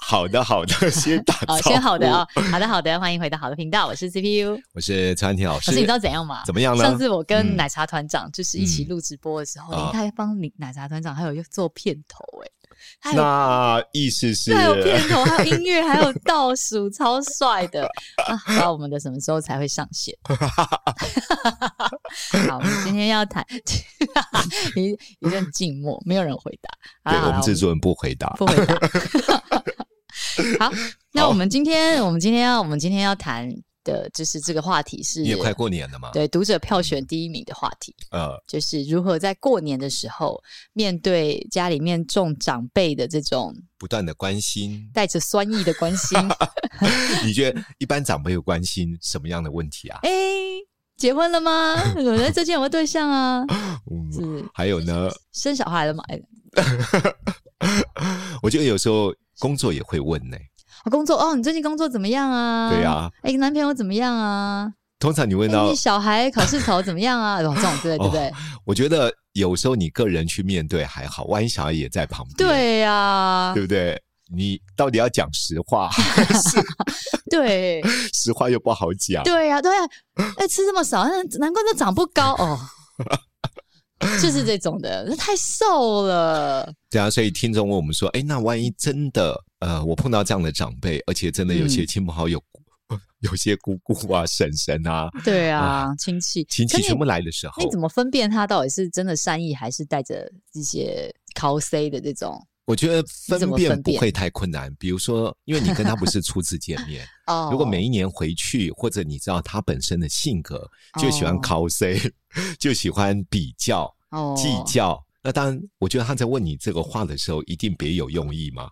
好的，好的，先打招 好， 呼。先好的啊、好的好的，欢迎回到好的频道，我是 CPU。我是陈安婷老师。可是你知道怎样吗？怎么样呢？上次我嗯跟奶茶团长就是一起录直播的时候，嗯啊林太帮你奶茶团长还有做片头、哎，他有那意思是他有片头，还有音乐，还有倒数，超帅的 啊！不知道我们的什么时候才会上线。 好，我们今天要谈 一一阵静默，没有人回答。好对啊啦好我啦们制作人不回答。不回答。 好，那我们今天，我们今天要，我们今天要谈的就是这个话题是，你也快过年了嘛？对读者票选第一名的话题，呃，就是如何在过年的时候面对家里面众长辈的这种，不断的关心 带着酸意的关心。你觉得一般长辈会关心什么样的问题啊？哎、结婚了吗？ 我在最近有没有对象啊？嗯，是还有呢，生小孩了吗？哎、我觉得有时候工作也会问呢、我工作哦，你最近工作怎么样啊？对啊，哎、男朋友怎么样啊？通常你问哎、到你，小孩考试考得怎么 样啊？哦这种之类，对不对？我觉得有时候你个人去面对还好，万一小孩也在旁边，对呀、对不对？你到底要讲实话， 还是对实话又不好讲？对呀、对呀、哎、吃这么少，那难怪都长不高 哦。就是这种的，那太瘦了。对啊，所以听众问我们说，哎，那万一真的，呃，我碰到这样的长辈，而且真的有些嗯亲朋好友， 有些姑姑啊、婶婶啊、对啊，亲戚亲戚可你全部来的时候，你怎么分辨他到底是真的善意，还是带着一些 cos 的这种？我觉得你怎分么辨分不辨会太困难。比如说，因为你跟他不是初次见 面，哦如果每一年回去，或者你知道他本身的性格，就喜欢哦 cos，就喜欢比较、哦计较。那当然，我觉得他在问你这个话的时候，一定别有用意嘛。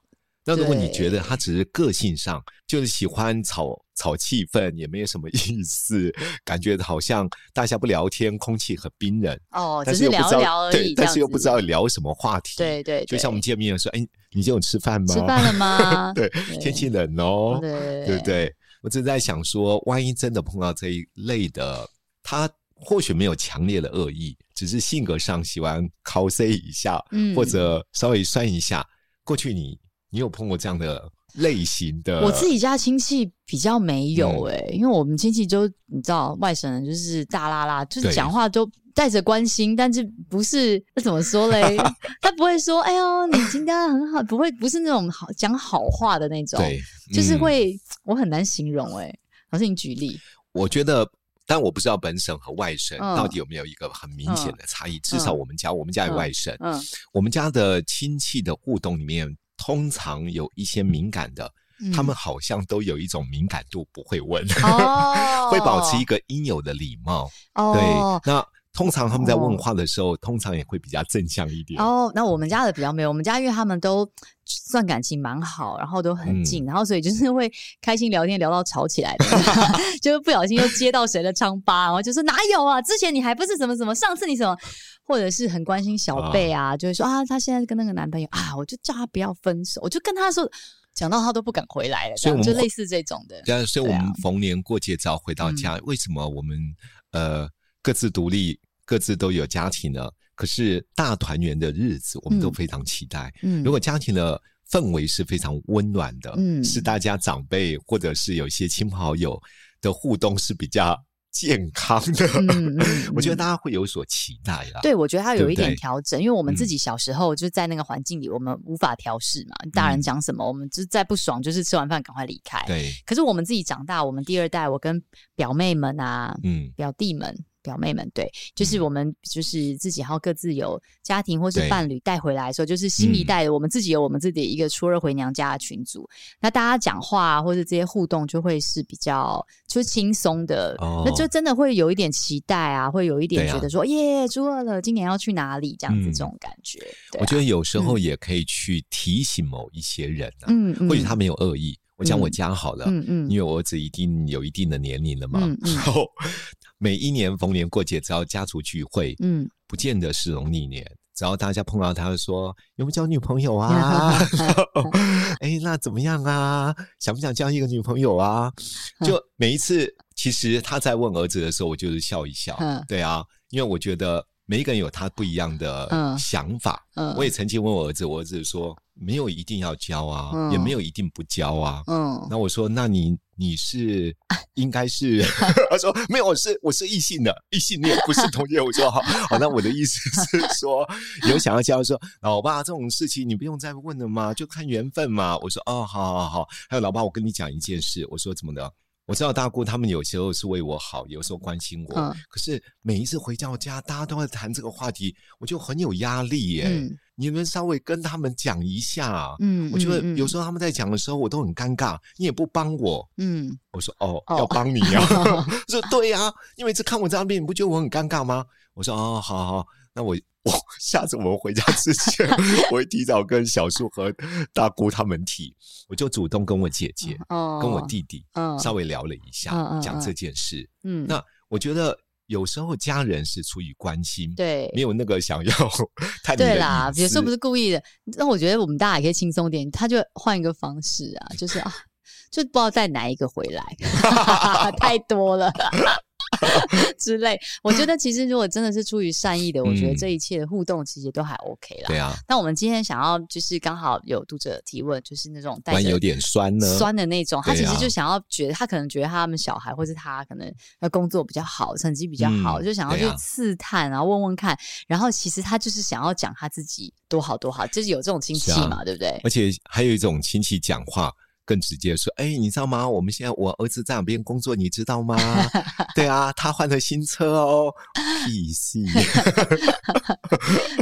那如果你对觉得他只是个性上就是喜欢炒炒气氛，也没有什么意思， 感觉好像大家不聊天，空气很冰冷，哦，但只是是又不聊知聊道而对已，，但这是又样不子知道聊什么话题。对对，就像我们对见面说，哎，你今天有吃饭吗？？吃饭了吗 对， 对天气冷哦，对对不对？我正在想说，万一真的碰到这一类的，他或许没有强烈的恶意，只是性格上喜欢 cos 一下，嗯或者稍微酸一下。过去你你有碰过这样的类型的？我自己家亲戚比较没有哎、因为我们亲戚就你知道，外省人就是大啦啦，就是对讲话都带着关心，但是不是那怎么说 嘞？他不会说“哎呦，你今天很好”，不会，不是那种好讲好话的那种，对，就是嗯会、我很难形容哎、老师，你举例我觉得，但我不知道本省和外省嗯到底有没有一个很明显的差异。至少我们家，我们家有外省，嗯我们家的亲戚的互动里面，通常有一些敏感的，嗯他们好像都有一种敏感度，不 会问， 哦会保持一个应有的礼貌。哦对，那通常他们在问话的时候，通常也会比较正向一点。哦，那我们家的比较没有，我们家因为他们都算感情蛮好，然后都很近，嗯然后所以就是会开心聊天聊到吵起 来的，就是不小心又接到谁的疮疤，然后就说哪有啊，之前你还不是什么什么，上次你什么，或者是很关心小贝啊，就会说啊，她现在跟那个男朋友啊，我就叫她不要分手，我就跟她说，讲到她都不敢回来了，这所以样我们就会类似这种的，但所以我对啊嗯们逢年过节只要回到家，为什么我们呃各自独立，各自都有家庭呢？可是大团圆的日子，我们都嗯非常期待。嗯如果家庭的氛围是非常温暖的，嗯是大家长辈或者是有一些亲朋好友的互动是比较健康的， 嗯嗯我觉得嗯大家会有所期待啦。对，我觉得它对有不一点对调整，因为我们自嗯己小时候就在那个环境里，我们无法调试嘛。大人嗯讲什么，我们就再不爽，就是吃完饭赶快离开。对，可是我们自己长大，我们第二代，我跟表妹们啊、嗯，表弟们、表妹们，对，就是我们就是自己还要各自有家庭或是对伴侣带回来的时候，就是新一嗯代的，我们自己有我们自己的一个初二回娘家的群组，那大家讲话、啊、或者这些互动就会是比较就是轻松的，哦那就真的会有一点期待啊，会有一点对啊觉得说、耶，初二了，今年要去哪里这样子、嗯这种感觉。对啊、我觉得有时候也可以去提醒某一些人啊，嗯，嗯或许他没有恶意，我讲我嗯家好了，嗯嗯因为我儿子一定有一定的年龄了嘛，嗯嗯 然后每一年逢年过节，只要家族聚会，嗯，不见得是农历年，只要大家碰到他就说有没有交女朋 友啊？然后哎，那怎么样啊？想不想交一个女朋友啊？嗯就每一次，其实他在问儿子的时候，我就是笑一笑嗯，对啊，因为我觉得每一个人有他不一样的嗯想法。嗯我也曾经问我儿子，我儿子说没有一定要交啊，嗯也没有一定不交啊。嗯那我说，那你你是应 该是？他说没有，我是我是异性的，异性恋不是同性恋。我说好，好，那我的意思 是说，有想要交说，老爸这种事情你不用再问了嘛，就看缘分嘛。我说哦，好好好。还有老爸，我跟你讲一件事，我说怎么的？我知道大姑他们有时候是为我好，有时候关心我，嗯可是每一次回到家，大家都在谈这个话题，我就很有压力耶。嗯你们稍微跟他们讲一下啊，嗯，我觉得有时候候他们在讲的时候，我都很尴尬，你也不帮我。嗯我说哦，哦要帮你啊。 我说对啊，因为这看我这张面，你不觉得我很尴尬吗？我说哦，好好，那我我下次我们 回家之前，我会提早跟小树和大姑他们提，我就主动跟我姐姐、哦，跟我弟弟嗯稍微聊了一下，嗯嗯讲嗯这件事。嗯那我觉得有时候家人是出于关心，对没有那个想要 探你的对啦，隐有时候私不是故意的。那我觉得我们大家也可以轻松点，他就换一个方式啊，就是啊， 就不知道带哪一个回来， 太多 了之类。我觉得其实如果真的是出于善意的，我觉得嗯这一切的互动其实都还 OK 啦。对啊，那我们今天想要就是刚好有读者提问，就是那种带关着有点酸呢，酸的那种，他对其实啊就想要觉得，他可能觉得他们小孩或是他可能要工作比较好，成绩比较好，嗯就想要对啊去刺探，然后问问看，然后其实他就是想要讲他自己多好多好，就是有这种亲戚是啊嘛，对不对？而且还有一种亲戚讲话更直接，说：“哎，你知道吗？我们现在我儿子在哪边工作，你知道 吗？对啊，他换了新车哦， 屁事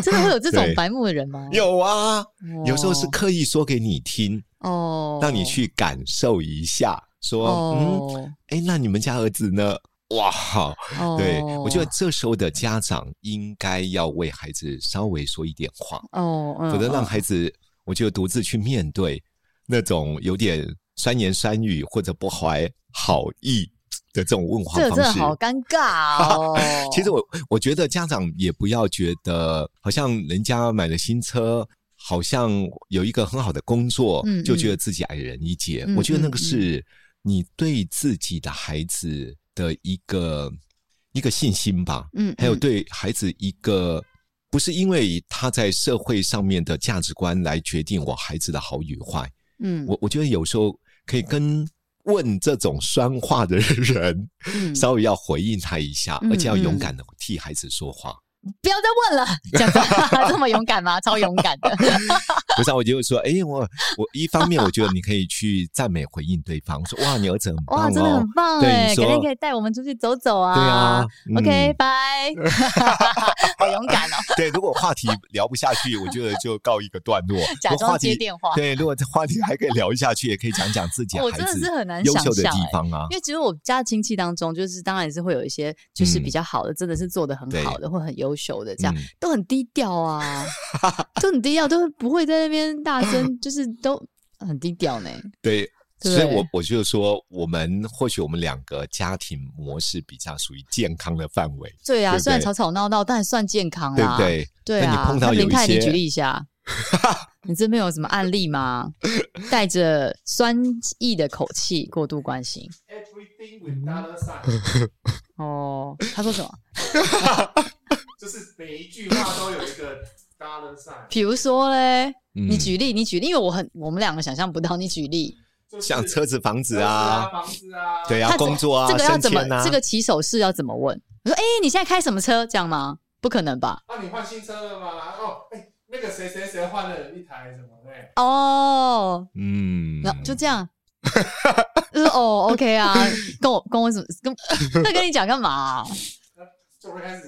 真的会有这种对 白目的人吗？有啊，哦，有时候是刻意说给你听，哦，让你去感受一下，说、嗯，哦，哎，那你们家儿子呢？哇，好，哦对、我觉得这时候的家长应该要为孩子稍微说一点话，哦，嗯否则让嗯孩子，我觉得独自去面对那种有点酸言酸语或者不怀好意的这种问话这真的方式。。好尴尬哦 其实我我觉得家长也不要觉得好像人家买了新车，好像有一个很好的工作，嗯就觉得自己矮人一截。嗯我觉得那个嗯嗯是你对自己的孩子的一个一个信心吧。嗯，还有嗯对孩子一个，不是因为他在社会上面的价值观来决定我孩子的好与坏。嗯我我觉得有时候可以跟问这种酸话的人，嗯稍微要回应他一下，嗯而且要勇敢的替孩子说话。不要再问了，这样子 这么勇敢吗？超勇敢的。不是、啊，我就会说，哎、我我一方面我觉得你可以去赞美回应对方，说哇，你儿子很棒哇，真的哦很。棒对哎！改你天说可以带我们出去走走啊。对啊嗯 OK，拜， 好勇敢哦，对，如果话题聊不下去，我觉得就告一个段落 。假如果话装接题电话 对，如果这话题还可以聊下去，也可以讲讲自己我孩真的子是很难优想秀的象地哎方啊。因为其实我家亲戚当中，就是当然是会有一些就是比较好的，真的是做的很好的，或很优秀的，这样、嗯都很低调啊，都很低调，都不会在那边大声，就是都很低调呢。对，对所以我我就说，我们或许我们两个家庭模式比较属于健康的范围，对啊，对不虽然对吵吵闹闹，但算健康对不啦。对？对那啊，你碰到那有林一泰，你举些例一 下，你这边有什么案例吗？带着酸意的口气过度关心。 Everything with dollar sign，哦，他说什么？就是每一句话都有一个啊 dollar sign，比如说嘞，嗯你举例，你举例，因为我很，我们两个想象不到。你举例，就是像车子、房子车子啊、啊，房子啊，对啊，他这工作啊，这个要升怎么迁？啊，这个起手式要怎么问？我说，哎、你现在开什么车？这样吗？不可能吧？啊，你换新车了吗？哦，哎，那个谁谁谁换了一台什么哎的，哦，嗯那、就这样。就是哦，OK 啊，跟我跟我什么跟那跟你 讲干嘛啊、 就会开始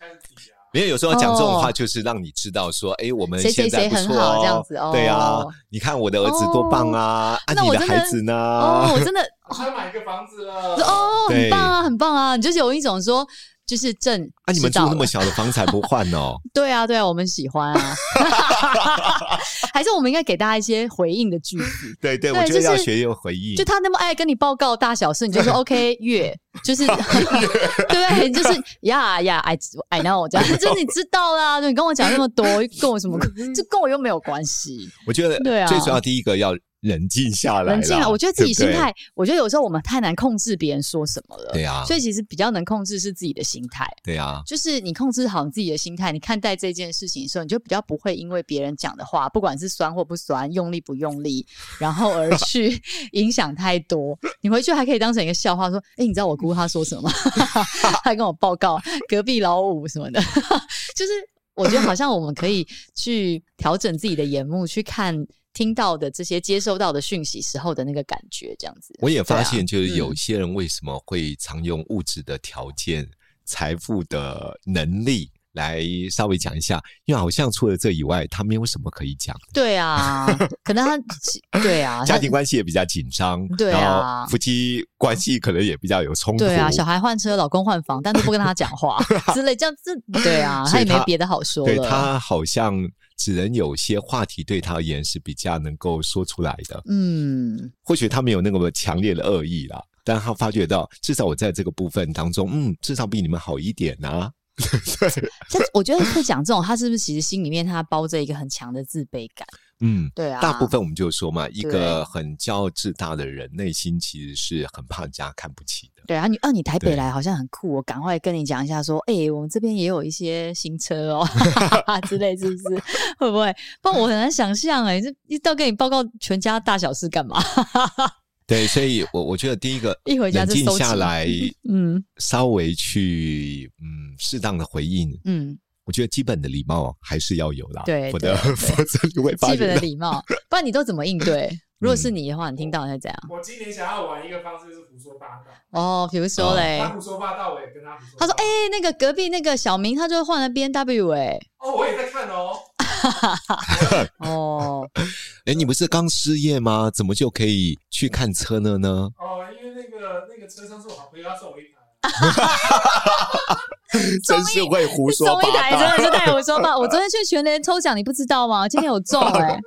开始比啊。没有，有时候讲这种哦话就是让你知道说，哎，我们谁谁现在不谁错很好哦这样子哦对啊，你看我的儿子多棒啊，啊，那你我的真的孩子哦，呢？我真的他买一个房子了，哦，很对棒啊，很棒啊！你就是有一种说，就是正啊，你们知住道那么了小的房产不换哦？对啊，对啊，我们喜欢 啊， 还是我们应该给大家一些回应的句子。对对，对我觉得就是要学有回应就。他那么爱跟你报告大小事，你就 说 OK 月，就是对不对？就是呀呀，I I know，这样 就是你知道啦。你跟我讲那么多，跟我什么关？嗯这跟我又没有关系。我觉得对啊最主要第一个要冷静下来啦，冷静啊！我觉得自己对心不对态，我觉得有时候我们太难控制别人说什么了。对啊所以其实比较能控制是自己的心态。对啊，就是你控制好你自己的心态，你看待这件事情的时候，你就比较不会因为别人讲的话，不管是酸或不酸，用力不用力，然后而 去影响太多。你回去还可以当成一个笑话说：“哎、你知道我姑她说什么吗？ 她跟我报告隔壁老五什么的。” 就是我觉得好像我们可以去调整自己的眼目，去看听到的这些、接收到的讯息时候的那个感觉，这样子。我也发对啊现，就是有嗯些人为什么会常用物质的条件、财富的能力来稍微讲一下，因为好像除了这以外，他没有什么可以讲。对啊，可能他 对啊，家他庭关系也比较紧张，对啊然后夫妻关系可能也比较有冲突，对啊，小孩换车，老公换房，但 都不跟他讲话 之类，这样子对啊，所他以也没他别的好说对了。他好像只能有些话题对他而言是比较能够说出来的，嗯，或许他没有那么强烈的恶意啦。但他发觉到，至少我在这个部分当中，嗯，至少比你们好一点啊。但我觉得会讲这种，他是不是其实心里面他包着一个很强的自卑感？嗯，对啊，大部分我们就说嘛，一个很骄傲自大的人，内心其实是很怕人家看不起的。对啊，你啊，你台北对来好像很酷，我赶快跟你讲一下，说，哎、我们这边也有一些新车哦 之类，是不是？会不会？不然我很难想象、哎，这一到跟你报告全家大小事干嘛？对，所以我我觉得第一个一回家冷就静收集下来， 嗯稍微去嗯适当的回应，嗯，我觉得基本的礼貌还是要有啦，对否则对对 否则你会发嗯基本的 觉到礼貌，不然你都怎么应对？如果是你的话，你听到你会怎样？我今年想要玩一个方式是胡说八道，哦，比如说哦嘞，他胡说八道，我也跟他胡说他八说道。：“哎、那个隔壁那个小明，他就换了 B N W 哎、哦，我也在看哦。哦，哎，你不是刚失业吗？怎么就可以去看车了呢？哦，因为那个那个车上是我好朋友他送我一台，啊综艺真是会胡说中一八台道。真的是带我 说吧，我昨天去全联抽奖，你不知道吗？今天有中哎、欸，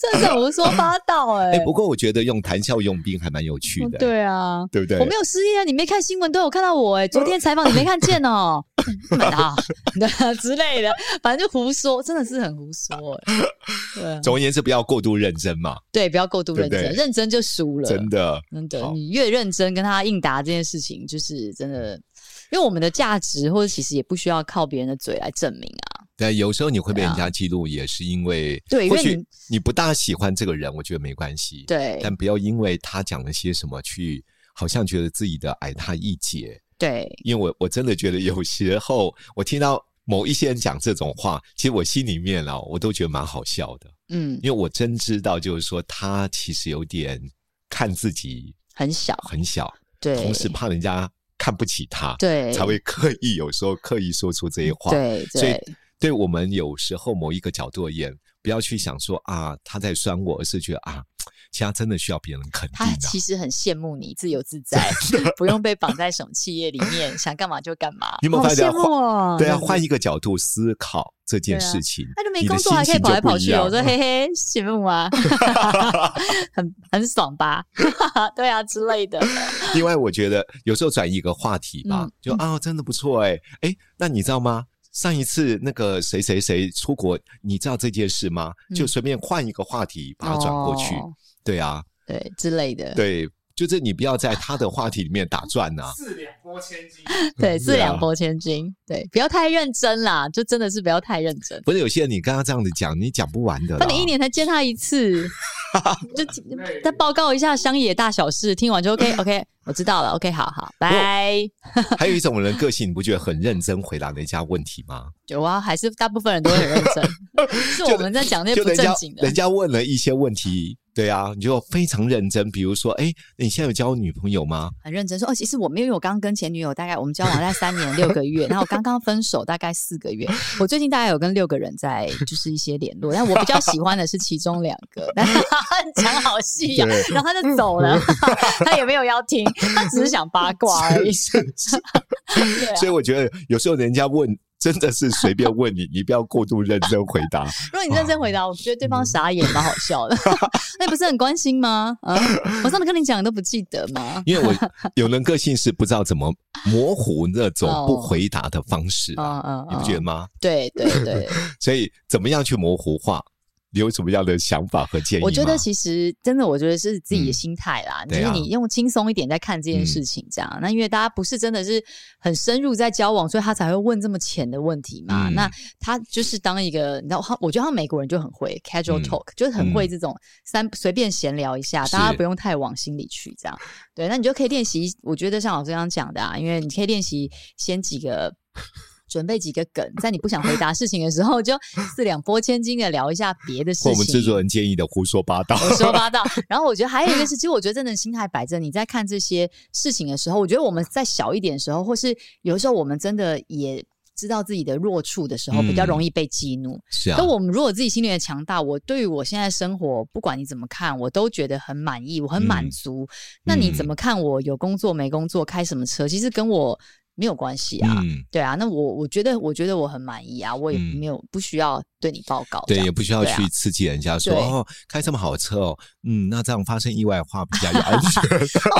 真的是胡说八道哎、哎，不过我觉得用谈笑用兵还蛮有趣的，对啊。”对不对我？没有失业啊！你没看新闻都有看到我哎、昨 天采访你没看见哦， 你们啊，对啊 之类的，反正就胡说，真的是很胡说哎、 对啊总而言之，不要过度认真嘛，对，不要过度认真，对不对认真就输了，真的。真的，好你越认真跟他应答这件事情，就是真的，嗯因为我们的价值或者其实也不需要靠别人的嘴来证明啊。但有时候你会被对啊人家记录，也是因为对因或为许你你不大喜欢这个人，我觉得没关系。，对但不要因为他讲了些什么去，好像觉得自己的矮他一截。对，因为我我真的觉得有时候我听到某一些人讲这种话，其实我心里面啊，我都觉得蛮好笑的，嗯，因为我真知道，就是说他其实有点看自己很小，很小，对，同时怕人家看不起他，对才会刻意有时候刻意说出这些话。对所以对对我们有时候某一个角度而言，不要去想说啊他在酸我，而是觉得啊，其实他真的需要别人肯定啊他的、其实很羡慕你自由自在，不用被绑在什么企业里面，想干嘛就干嘛。 你有没有好发现羡慕哦？对啊，这样子换一个角度思考这件对啊事情，他就没你的工作心还可以情跑就来不跑一去，我样说嘿嘿，羡慕 啊，很很爽吧？ 对啊之类的，另外，我觉得有时候转移一个话题吧，嗯就啊、真的不错哎、哎、那你知道吗？上一次那个谁谁谁出国，你知道这件事吗？嗯就随便换一个话题把它转过去，哦对啊，对之类的，对，就是你不要在他的话题里面打转啊啊呐、四两拨千 斤。对，是四两啊拨千斤。对，不要太认真啦，就真的是不要太认真。不是有些人你跟他这样子讲，你讲不完的啦。那你一年才见他一 次，就再报告一下乡野大小事，听完就 OK OK，我知道了，OK，好好，拜。 还有一种人个性，你不觉得很认真回答人家问题吗？有啊，还是大部分人都很认真，是我们在讲那些 就不人正家经的人。家问了一些问题，对啊，你就非常认真。比如说，哎、你现在有交女朋 友吗？很认真说哦，其实我没有，因为我刚跟前女友大概我们交往大概三年六个月，然后我刚刚分手大概四个月。我最近大概有跟六个人在就是一些联络，但我比较喜欢的是其中两个， 但他讲好啊戏呀、对 嗯然后他就走了，他也没有要听，他只是想八卦而已。对啊所以我觉得有时候人家问，真的是随便问你， 你不要过度认真回答。如果你认真回答，我觉得对嗯方傻眼，蛮好笑 的。那你不是很关心吗？啊，我上次跟你讲，你都不记得 吗？因为我有人个性是不知道怎么模糊那 种哦不回答的方式啊、嗯你不觉得？吗？对对对，所以怎么样去模糊化？你有什么样的想法和建议吗？嗯我觉得其实真的，我觉得是自己的心态啦，就对是啊嗯你用轻松一点在看这件事情，这样。那因为大家不是真的是很深入在交往，所以他才会问这么浅的问题嘛。嗯那他就是当一个，你知道，他我觉得他们美国人就很会 casual 嗯 talk，、就是很会这种三随便闲聊一下，是大家不用太往心里去，这样。对，那你就可以练习。我觉得像老师刚刚讲的啊，因为你可以练习先几个。准备几个梗，在你不想回答事情的时候，就四两拨千斤的聊一下别的事或情。我们制作人建议的胡说八道。胡 说八道。然后我觉得还有一个是，其实我觉得真的心态摆正，你在看这些事情的时候，我觉得我们在小一点的时候，或是有时候我们真的也知道自己的弱处的时候，嗯比较容易被激怒。是啊可，我们如果自己心里的强大，我对于我现在生活，不管你怎么看，我都觉得很满意，我很嗯满足。那你怎么看我有工作没工作，开什么车，其实跟我没有关系啊。嗯，对啊，那我我觉得，我觉得我很满意啊，我也嗯没有、不需要对你报告这对，样，也不需要对啊去刺激人家说、对哦，开这么好的车哦，嗯，那这样发生意外的话比较 有安全。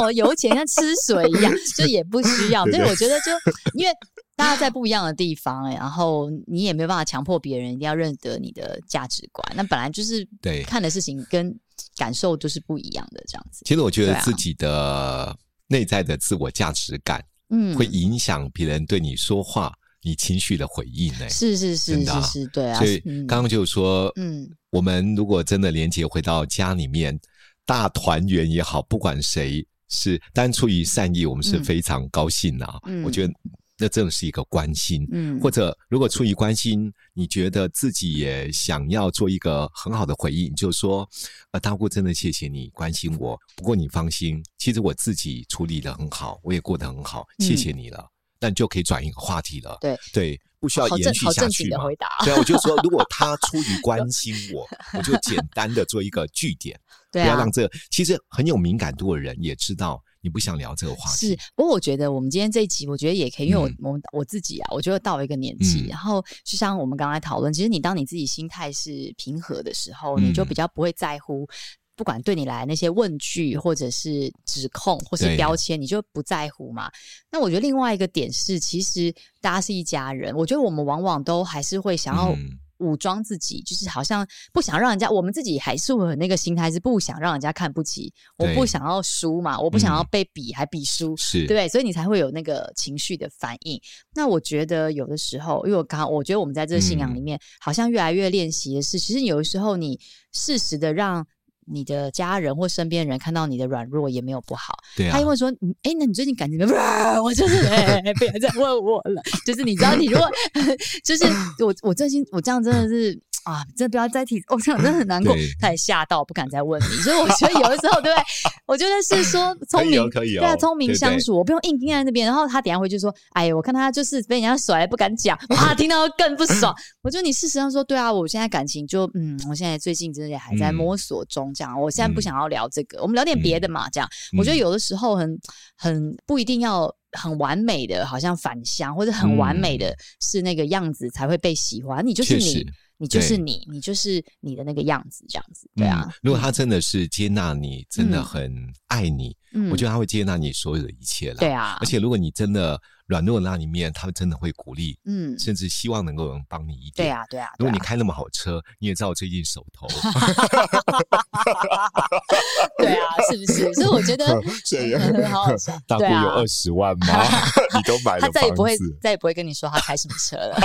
哦，油钱像吃水一样，就也不需要。对对，对我觉得就因为大家在不一样的地方、哎，然后你也没有办法强迫别人一定要认得你的价值观。那本来就是对看的事情跟感受就是不一样的，这样子。其实我觉对得啊自己的内在的自我价值感嗯会，影响别人对你说话、你情绪的回应呢、是是真是的啊是是，对啊所以。嗯刚刚就说，嗯嗯，我们如果真的连接回到家里面，大团圆也好，不管谁是，单出于善意，我们是嗯非常高兴的啊。嗯我觉得那真的是一个关心。嗯或者，如果出于关心，你觉得自己也想要做一个很好的回应，就说：“呃，大姑真的谢谢你关心我。不过你放心，其实我自己处理的很好，我也过得很好，谢谢你了。那你就可以转一个话题了。对对，不需要好延正续好下正经去的嘛。回答啊， 对啊，我就说，如果他出于关心我，我就简单的做一个句点，对不要啊让，这其实很有敏感度的人也知道你不想聊这个话是题。，不过我觉得我们今天这一集，我觉得也可以，因为我、嗯我我自己啊，我觉得到了一个年纪，嗯然后就像我们刚才讨论，其实你当你自己心态是平和的时候，嗯你就比较不会在乎。不管对你来那些问句，或者是指控，或是对标签，你就不在乎嘛？那我觉得另外一个点是，其实大家是一家人，我觉得我们往往都还是会想要嗯武装自己，就是好像不想让人家，我们自己还是会有那个心态，是不想让人家看不起，我对不想要输嘛，我不想要嗯被比，还比输，是，对啊不对？所以你才会有那个情绪的反应。那我觉得有的时候，因为我刚我觉得我们在这个信嗯仰里面，好像越来越练习的是，其实有的时候你适时的让。你的家人或身边人看到你的软弱也没有不好，对啊他就，会说：“嗯哎、那你最近感情怎么样？” 我就是哎、不要再问我了。就是你知道，你如果 就是我，我最近我这样真的是啊，真的不要再提，我这样真的很难过对，他也吓到，不敢再问你。所以我觉得有的时候，对不对？ 我觉得是说聪明，可以哦对啊，聪明对对相处，我不用硬盯在那边。然后他等一下回去说：“哎呀，我看他就是被人家甩，不敢讲。” 哇，听到更不爽。 我觉得你事实上说，对啊，我现在感情就嗯，我现在最近真的也还在嗯摸索中，这样。我现在不嗯想要聊这个，我们聊点别的嘛，这样。我觉得嗯有的时候很很不一定要很完美的，好像返乡或者很完美的是那个样子才会被喜欢。你就是嗯确你实，你就是对你，你就是你的那个样子，这样子，对啊嗯。如果他真的是接纳你，真的很爱你，嗯我觉得他会接纳你所有的一切了。对啊而，且如果你真的软弱那里面，他真的会鼓励，嗯，甚至希望能够有人帮你一点。对啊，对啊。如对果啊你开那么好车，你也知道我最近手头， 对啊，是不是？所以我觉得 这很好好笑。 大姑对有啊二，十万吗？ 你都买了他再也不会房子再也不会跟你说他开什么车 了。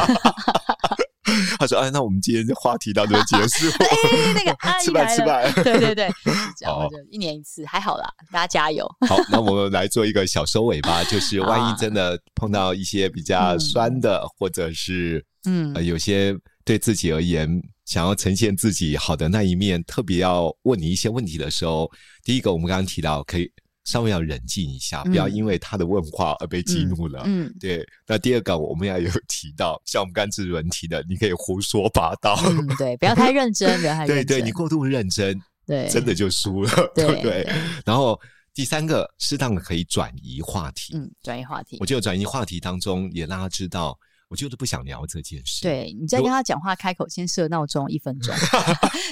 他说：“哎，那我们今天的话题到这边结 束，哎，那个阿姨吃饭来吃哦了。饭。 对对对，是这样，好我觉得一年一次还好啦，大家加油。”好，那我们来做一个小收尾吧。就是好啊万一真的碰到一些比较酸的，或者是嗯呃，有些对自己而言想要呈现自己好的那一面，特别要问你一些问题的时候，第一个我们刚刚提到，可以稍微要冷静一下，嗯不要因为他的问话而被激怒了。嗯，对，那第二个我们要有提到，像我们刚志文提的，你可以胡说八道， 嗯，对，不要太认真，不要太认真。对对，你过度认真，对真的就输了，对不对？然后第三个，适当的可以转移话题。嗯，转移话题我。觉得转移话题当中，也让他知道，我就是不想聊这件事。，对，你在跟他讲话开口，先设闹钟一 分钟，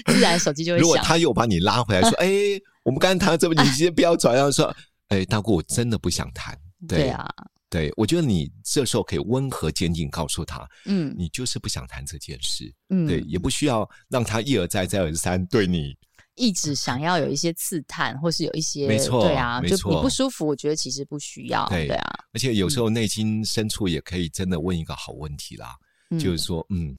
自然手机就会如果响。他又把你拉回来 说：“哎、我们刚刚谈到这么，你先不要转。”然后说：“哎、大姑，我真的不想谈。”对啊，对，我觉得你这时候可以温和坚定告诉他，嗯你就是不想谈这件事。嗯，对，也不需要让他一而再再而三对你。一直想要有一些刺探，或是有一些没错对啊，没就你错不舒服，我觉得其实不需要，对对啊，而且有时候内心深处也可以真的问一个好问题啦，嗯就是说，嗯。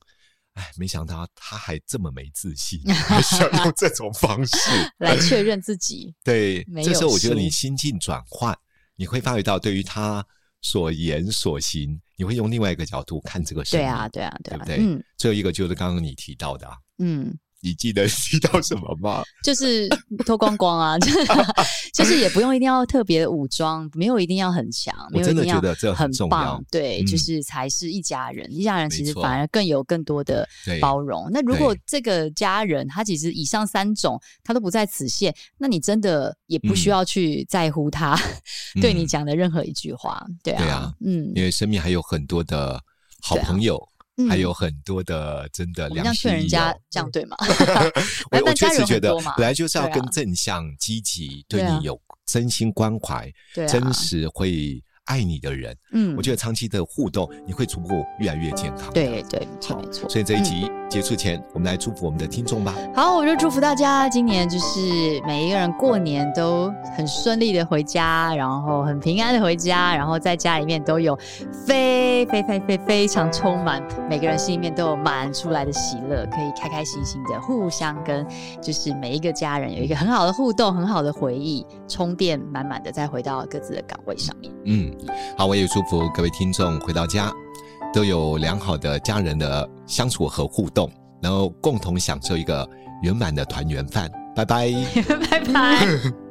哎，没想到他还这么没自信，还想用这种方式。来确认自己。对没，这时有候我觉得输嗯你心境转换，你会发觉到对于他所言所行，你会用另外一个角度看这个事。对啊，，对啊，对对啊不，对？嗯最后一个就是刚刚你提到的、啊，嗯，你记得 提到什么吗？ 就是脱光光啊， 就是也不用一定要特别的武装，没有一定要很强，没有我一真的定觉要得这很很重要棒，。对，就嗯是才是一家人，一家人其没实错反而更有更多的对，包容。那如对果这个家人他其实以上三种他都不在此限，那你真的也不需嗯要去在乎他、 对你嗯讲的任何一句话。对啊，对啊嗯，因为生命还有很多的好对啊朋友，嗯还有很多的真的我们良这样师劝人益家友这样对吗？ 我但我但确家实人觉很得多嘛，本来就是要对啊跟正向、积极，对对啊你有真心关怀、对啊，真实会爱你的人。嗯，我觉得长期的互动，你会逐步越来越健康。对，对，没错好没错。嗯所以这一集结束前，我们来祝福我们的听众吧。好，我就祝福大家今年就是每一个人过年都很顺利的回家，然后很平安的回家，然后在家里面都有非非非非非常充满每个人心里面都有满出来的喜乐，可以开开心心的互相跟就是每一个家人有一个很好的互动，很好的回忆，充电满满的再回到各自的岗位上面。嗯，好，我也祝福各位听众回到家都有良好的家人的相处和互动， 然后共同享受一个圆满的团圆饭。拜拜。拜拜。